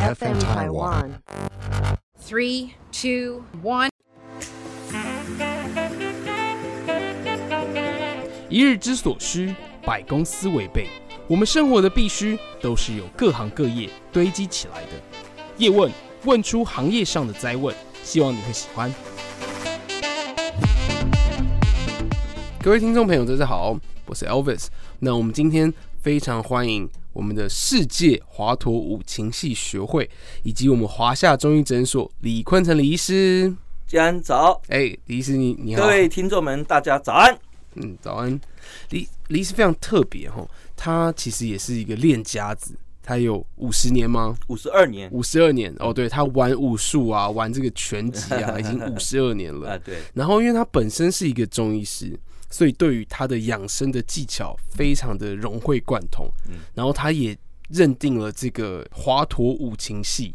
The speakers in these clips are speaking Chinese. FM Taiwan. Three, two, one. 一日之所需，百公司为备。我们生活的必须，都是由各行各业堆积起来的。叶问问出行业上的灾问，希望你会喜欢。各位听众朋友，大家好，我是 Elvis。那我们今天非常欢迎我们的世界华佗五禽戏学会，以及我们华夏中医诊所李坤城李医师。家安早，哎、李医师你你好，各位听众们，大家早安。嗯，早安。黎黎是非常特别哈，他其实也是一个练家子，他有五十年吗？五十二年五十二年哦，对他玩武术啊，玩这个拳击啊， 已经五十二年啊，了。对，然后，因为他本身是一个中医师，所以对于他的养生的技巧非常的融会贯通。嗯然后，他也认定了这个华佗五禽戏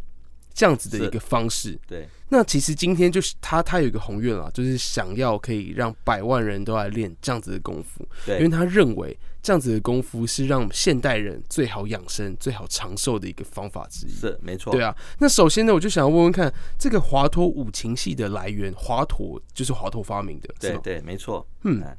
这样子的一个方式。对，那其实今天就是他，他有一个宏愿啦，就是想要可以让百万人都来练这样子的功夫。因为对，他认为这样子的功夫是让现代人最好养生、最好长寿的一个方法之一。是没错。对，啊，那首先呢，我就想要问问看，这个华佗五禽戏的来源，华佗就是华佗发明的，是对吗？对，没错。嗯啊，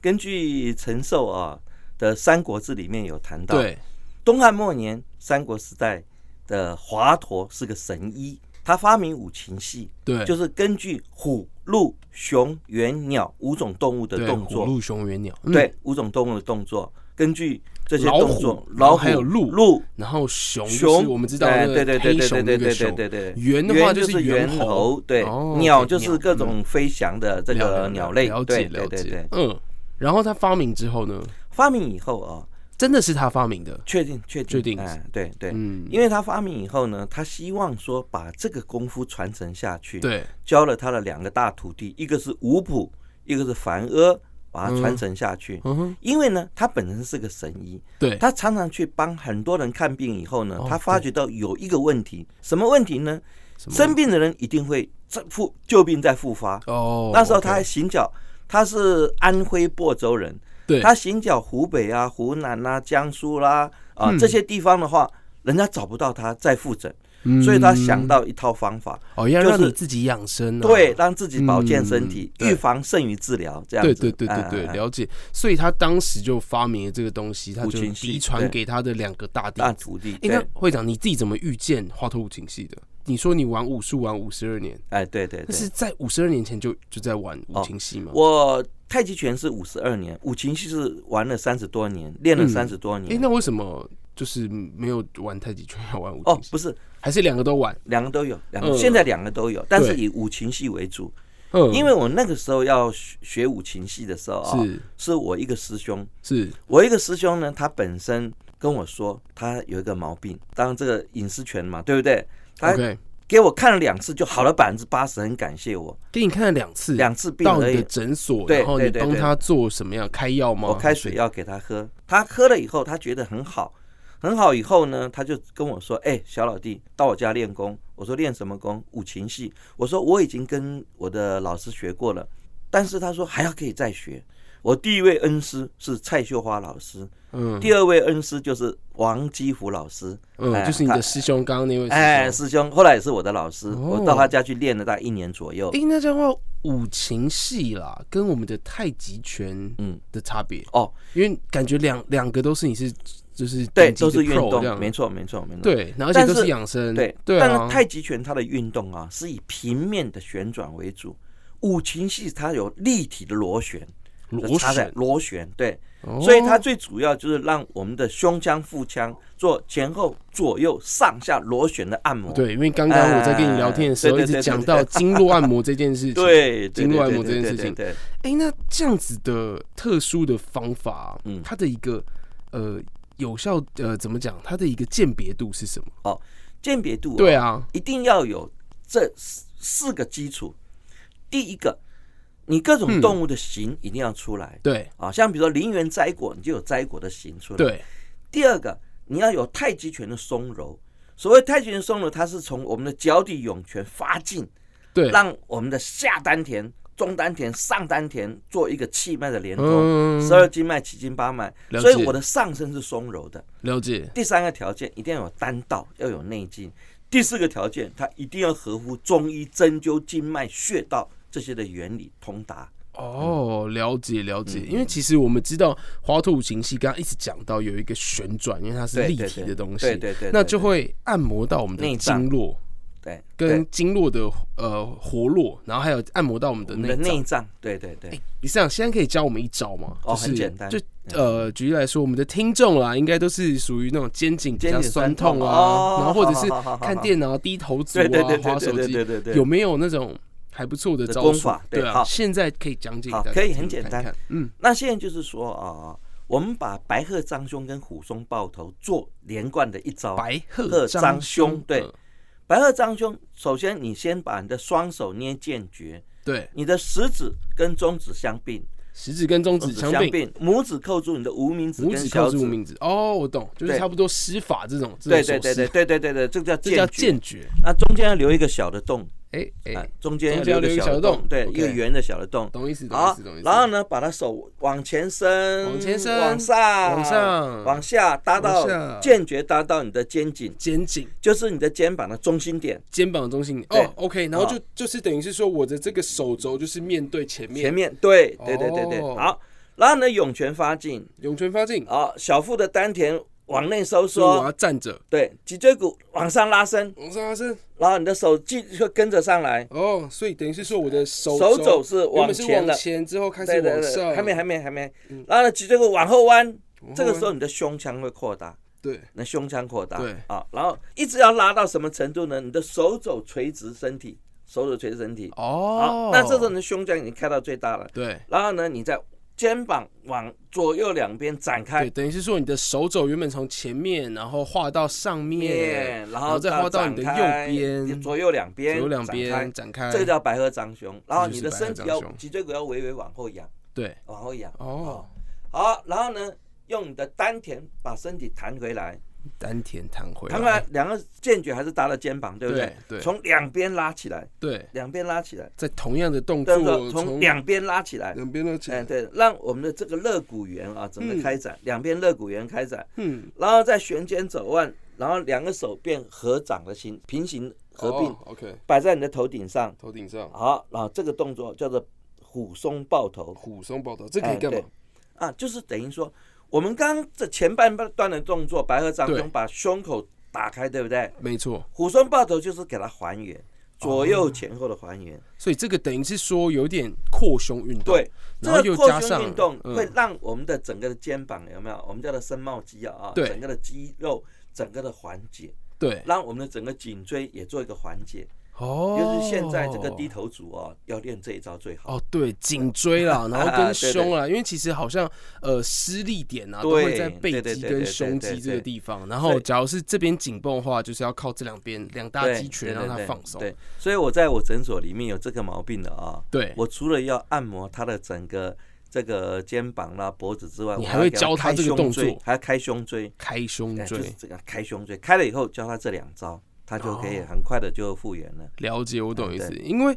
根据陈寿啊的《三国志》里面有谈到，对，东汉末年三国时代的华佗是个神医，他发明五禽戏，对，就是是根据虎、鹿、熊、猿、鸟五种动物的对，动虎作，鹿熊猿鸟，嗯对，，五种动物的动作，根据这些老动虎作，然后老虎还有鹿鹿然后熊就是熊，我们知道哎那个对对对黑对熊对那对个对熊对对对，猿的话猿就就是猿猿猴对哦，鸟对就是鸟各嗯种飞翔的这了个解鸟类，了对解对了对解对，。嗯，然后他发明之后呢，发明以后啊，真的是他发明的，确定确定确定哎，对对，嗯，因为他发明以后呢，他希望说把这个功夫传承下去，对教了他的两个大徒弟，一个是吴普，一个是樊阿，把它传承下去。嗯哼，因为呢，他本身是个神医，对，他常常去帮很多人看病以后呢哎哦，他发觉到有一个问题，什么问题呢？什么生病的人一定会再复旧病再复发。哦，那时候他 OK 还行脚，他是安徽亳州人，对，他行脚湖北啊、湖南啊、江苏啦啊、嗯这些地方的话，人家找不到他再复诊，嗯所以他想到一套方法，哦，要就让是你自己养生、啊，对，让自己保健身嗯体，对预防胜于治疗，这样对子。对对对对，哎哎了解。所以他当时就发明了这个东西，他五就禽戏嫡传对给他的两个大弟大子。徒弟，哎、对，那会长你自己怎么遇见华佗五禽戏的？你说你玩武术玩五十二年，哎，对对那对是。在五十二年前就就在玩五哦禽戏吗？我太极拳是五十二年，五禽戏是玩了三十多年，练了嗯三十多哎、年。那为什么就是没有玩太极拳，要玩五哦禽，戏？不是，还是两个都玩？两个都有，两个、嗯现在两个都有，但是对以五禽戏为主。嗯，因为我那个时候要学学五禽戏的时候啊、是是我一个师兄，是我一个师兄呢，他本身跟我说他有一个毛病，当然这个隐私权嘛，对不对？他 OK，给我看了两次就好了百分之八十，很感谢我。给你看了两次，两次病到而你的已，诊所，对然后你对对帮对他做什么样？开药吗？我开水药给他喝，他喝了以后他觉得很好，很好以后呢，他就跟我说：“哎、小老弟，到我家练功。”我说：“练什么功？五禽戏。”我说：“我已经跟我的老师学过了，但是他说还要可以再学。”我第一位恩师是蔡秀花老师，嗯，第二位恩师就是王基福老师，嗯，哎就是你的他师兄，刚刚那位师兄。哎，师兄，后来也是我的老师，哦我到他家去练了大概一年左右诶，。那这样的话，五禽戏啦，跟我们的太极拳嗯，的差别，哦，因为感觉两两个都是你是就是对，顶级的都是运 pro 这动，样没错，没错，没错。对，然后而且但都是是养生，对，对但啊，是太极拳它的运动啊，是以平面的旋转为主，五禽戏它有立体的螺旋，螺插在旋，螺旋，对，哦所以它最主要就是让我们的胸腔、腹腔做前后、左右、上下螺旋的按摩。对，因为刚刚我在跟你聊天的时候，哎一对对直对讲对到经络按摩这件事情， 对，对，经络按摩对这件对事对情对对哎、那这样子的特殊的方法，嗯嗯，它的一个呃有效呃怎么讲，它的一个鉴别度是什么？鉴别度、对，啊，一定要有这四四个基础。第一个，你各种动物的形一定要出来、嗯对啊，像比如说陵园摘果，你就有摘果的形出来。对，第二个，你要有太极拳的松柔。所谓太极拳松柔，它是从我们的脚底涌泉发劲，对，让我们的下丹田、中丹田、上丹田做一个气脉的联通，嗯十二经脉、七经八脉。了所解以我的上身是松柔的。了解，第三个条件一定要有丹道，要有内劲。第四个条件，它一定要合乎中医针灸经脉穴道这些的原理通达。哦，了解了解，嗯因为其实我们知道滑脱五行系，刚刚一直讲到有一个旋转，因为它是对立对体对的东西，对对对对那就对会按摩到我们的内经脏络，对，跟对经络的呃活络，然后还有按摩到我们的我们的内内脏。脏，对对对，你想现在可以教我们一招吗？哦就是很简单就呃，举例来说，我们的听众啦，应该都是属于那种肩颈比肩较颈酸酸痛痛啊，哦然后或者是好好好好看电脑、低头族啊对对对、对滑手对机对对对，有没有那种还不错的的招功数法？对啊，好现在可以讲解给好大家可以听很看简单看嗯，那现在就是说啊、我们把白鹤张胸跟虎松抱头做连贯的一招。白鹤鹤张张胸，胸对嗯白鹤张胸，首先你先把你的双手捏剑诀，对，你的食指跟中指相并，食指跟中指相并，并，拇指扣住你的无名指拇跟指小扣指住。名指。哦，我懂，就是对差不多施法这种，这对种手对对势对，对对对对，这个叫这叫剑诀。剑诀。那中间要留一个小的洞，哎啊哎，，中间中间要要留一个留一个小小的洞洞，对， OK 一个圆的小的洞。懂意思，懂意好思，懂意，思。然后呢，把它手往前伸，往前伸往上，往上往下搭往下到间觉搭到你的肩颈，肩颈、就是你的肩膀的中心点肩膀的中心。对哦，OK，然后就就是等于是说，我的这个手肘就是面对前面，前面。对对对对对，哦好。然后呢，涌泉发劲，涌泉发劲，啊，小腹的丹田往内收所以我要缩，站着，对，脊椎骨往上拉伸，往上拉伸。然后你的手臂就跟着上来，哦，所以等于是说，我的手手肘是原往本是前往的，前之后开始对对往上，嗯对，还没还没还没，然后呢，脊椎骨往后弯，这个时候你的胸腔会扩大。对，那胸腔扩大，对啊，然后一直要拉到什么程度呢？你的手肘垂直身体，手肘垂直身体，哦好，那这时候你的胸腔已经开到最大了，对。然后呢，你在肩膀往左右两边展对，开，等于是说你的手肘原本从前面，然后画到上面，然后后再画到你的右展开边，左右两边，左右两展边开展开，这个叫白鹤张胸，然后你的这就是白鹤身体要张胸脊椎骨要微微往后仰，对往后仰，哦，好，然后呢，用你的丹田把身体弹回来，丹田弹回来，弹回来，两个剑诀还是搭到肩膀，对不啊对？对对从两边拉起来，对，两边拉起来，在同样的动对作，从两边拉起来，两边都起哎，来，对，让我们的这个肋骨圆啊，整个开展，两边肋骨圆开展，嗯，然后再旋肩走腕，然后两个手变合掌的形，平行合并，啊哦，OK，摆在你的头顶上，头顶上，好，然后这个动作叫做虎松抱头，虎松抱头，这可以干嘛哎？对啊，就是等于说，我们刚刚这前半段的动作，白鹤张对胸把胸口打开，对不对？没错，虎松抱头就是给它还原，哦左右前后的还原。所以这个等于是说有点扩胸运动，对，然后这又个加扩上胸运动嗯会让我们的整个的肩膀有没有？我们叫做深帽肌啊啊，对整个的肌肉整个的缓解，对，让我们的整个颈椎也做一个缓解。哦，尤其现在这个低头族啊，要练这一招最好。哦，对，颈椎 啦，然后跟对对胸啦，因为其实好像呃施力点啊，都对会在背对对肌对跟对胸对肌对这个对地方。然后，所以假如是这边紧绷的话，就是要靠这两边两大对肌群对让对它对放松。对，所以我在我诊所里面有这个毛病的啊。对，我除了要按摩他的整个这个肩膀啦、脖子之外，你我还会给教他开这个胸动椎作还要开胸椎，开胸哎就是椎，这个开胸椎，开了以后教他这两招，他就可以哦很快的就复原了。了解我懂意思。嗯对因为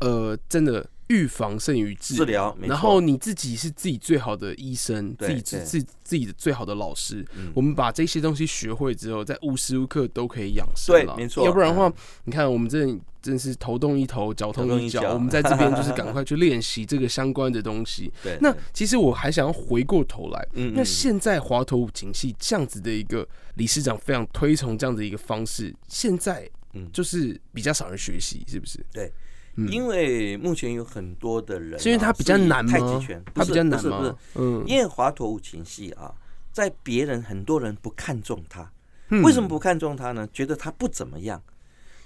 呃，真的预防胜于治治疗。疗，没然错后你自己是自己最好的医生，自对己是对自自己的最好的老师。嗯我们把这些东西学会之后，在无时无刻都可以养生对了没错嗯要不然的话，你看我们这真是头动一头，脚头痛痛一脚。脚我们在这边 就是赶快去练习这个相关的东西。对，那对其实我还想要回过头来，嗯那嗯现在华佗五禽戏这样子的一个理事长非常推崇这样的一个方式，现在嗯就是比较少人学习，是不是？对。因为目前有很多的人啊，嗯是因为它比较以难吗太极拳？不它比是较不难是不是吗？嗯，因为华佗五禽戏啊，在别人很多人不看重它，嗯为什么不看重它呢？觉得它不怎么样。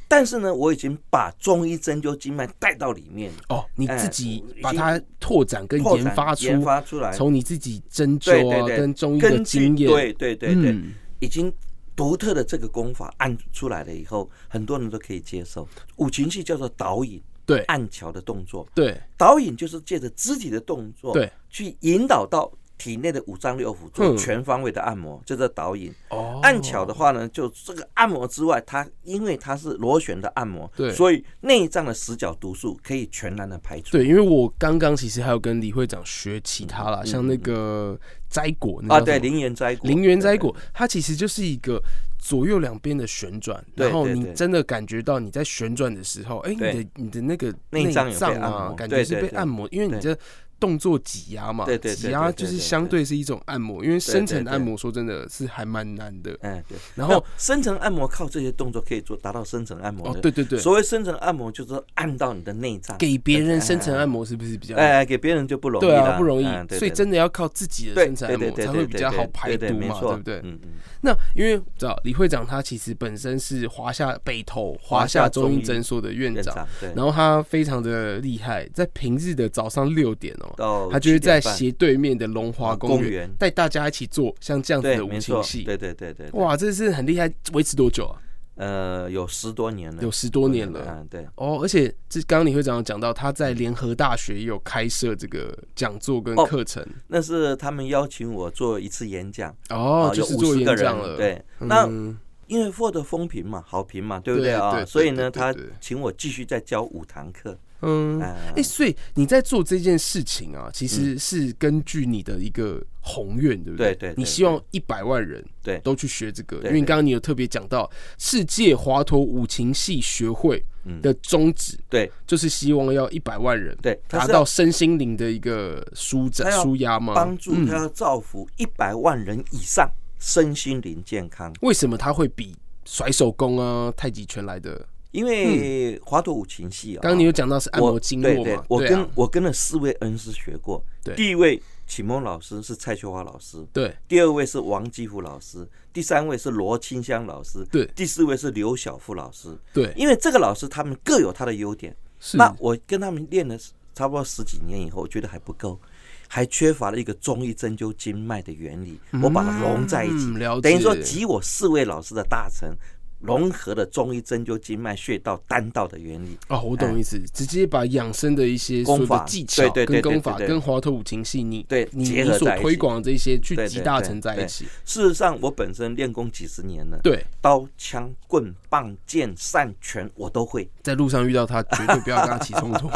但是呢，我已经把中医针灸经脉带到里面，哦，你哎自己已把经它拓展跟拓展研发出，研发出来，从你自己针灸对啊，对对，跟中医的根据经验，对对对对，嗯已经独特的这个功法按出来了以后，很多人都可以接受。五禽戏叫做导引，对按哦桥的动作，对导引就是借着肢体的动作，对，去引导到体内的五脏六腑做嗯全方位的按摩，这叫导引。哦，按巧的话呢，就这个按摩之外，它因为它是螺旋的按摩，对所以内脏的死角毒素可以全然的排除。对，因为我刚刚其实还有跟李会长学其他嗯啦，像那个摘果那啊，叫什对，么灵元斋果，陵园对摘果，它其实就是一个左右两边的旋转，对然后对你对真的感觉到你在旋转的时候，哎，你对的你的那个内脏脏有被按啊摩，感觉对是对被对按摩，因为你这动作挤压嘛，对对对挤压对对就是对相对是一种按摩，因为深层对对按摩说真的是还蛮难的。哎，对。然后那深层按摩靠这些动作可以做达到深层按摩哦的。，对对对，所谓深层按摩就是按到你的内脏，给别人深层按摩是不是比较哎，哎，给别人就不容易对了，啊，不容易嗯，对所以对真的要靠自己的对深层对按对摩对才对会比对较对好对排对毒没嘛，错对不对？嗯嗯，那因为知道李会长他其实本身是华夏北投华华夏夏中中医医诊所的院院长，长对，然后他非常的厉害，在平日的早上六点哦、到他就是在7点半斜对面的龙华啊公公园园带大家一起做像这样子对，的无没情错，戏，对对对对，对，哇，这是很厉害，维持多久啊？呃，有十多年了，有十多年了。嗯，对。哦，而且这刚刚李会长有讲到，他在联合大学也有开设这个讲座跟哦课程那是他们邀请我做一次演讲，哦啊就有是五做十个演人讲，了。，对。那嗯因为获得风评嘛，好评嘛，对不对对啊？对所以对呢，对他对请我继续再教五堂课。嗯，哎哎、所以你在做这件事情啊，其实是根据你的一个宏愿，对不对嗯对对对你希望一百万人对都去学这个，对因为对刚刚你有特别讲到世界华佗五禽戏学会嗯的宗旨，对就是希望要一百万人对，他达是要到身心灵的一个舒展他、要舒压吗？帮助嗯他要造福一百万人以上身心灵健康，为什么他会比甩手功啊、太极拳来的？因为华佗五禽戏啊，刚刚你有讲到是按摩经络嘛，对对，我对跟、啊、我跟了四位恩师学过对，第一位启蒙老师是蔡秋华老师，对第二位是王基福老师，第三位是罗清香老师，对第四位是刘晓富老师。对因为这个老师他们各有他的优点，是那我跟他们练了差不多十几年以后，我觉得还不够。还缺乏了一个中医针灸经脉的原理，我把它融在一起，嗯了解等于说集我四位老师的大成，融合了中医针灸经脉、穴道、丹道的原理。哦，我懂意思，直接把养生的一些所嗯功有的法技巧跟对对对对功法对对跟华佗五禽戏，你对你结你合所在一起推广的这一些去对对集大成在一起，事实上，我本身练功几十年了，对，刀、枪、棍、棒、剑、扇、拳我都会。在路上遇到他绝对不要跟他起冲 突，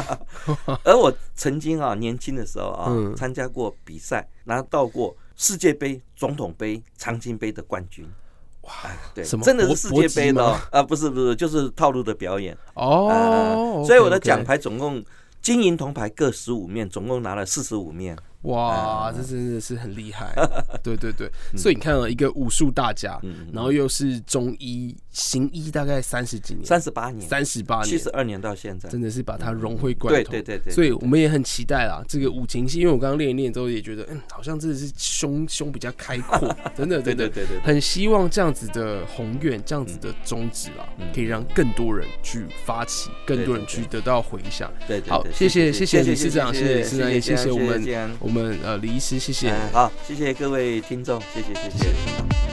而我曾经啊，年轻的时候啊嗯，参加过比赛，拿到过世界杯、总统杯、长青杯的冠军。哇，对，什么真的搏是世界杯的搏哦击啊？不是不是，就是套路的表演。哦啊，所以我的 OK，OK 奖牌总共金银铜牌各十五面，总共拿了四十五面。嗯哇，这真的是很厉 害，对对对，所以你看到一个武术大家，嗯然后又是中医行医大概三十几年，三十八年，三十八七年十。二年到现在，真的是把它融会贯对通，对对对所以我们也很期待啦。这个五禽戏，因为我刚刚练一练之后也觉得，嗯，好像真的是胸胸比较开 阔，真的对真的对对对对很希望这样子的宏愿，这样子的宗旨啦，嗯可以让更多人去发起，更多人去得到回响。对对对好，对谢谢谢谢李市长，谢谢李谢谢市长，也谢谢谢谢我谢谢哎们我们呃李医师，谢谢。嗯，好，谢谢各位听众，谢谢谢谢。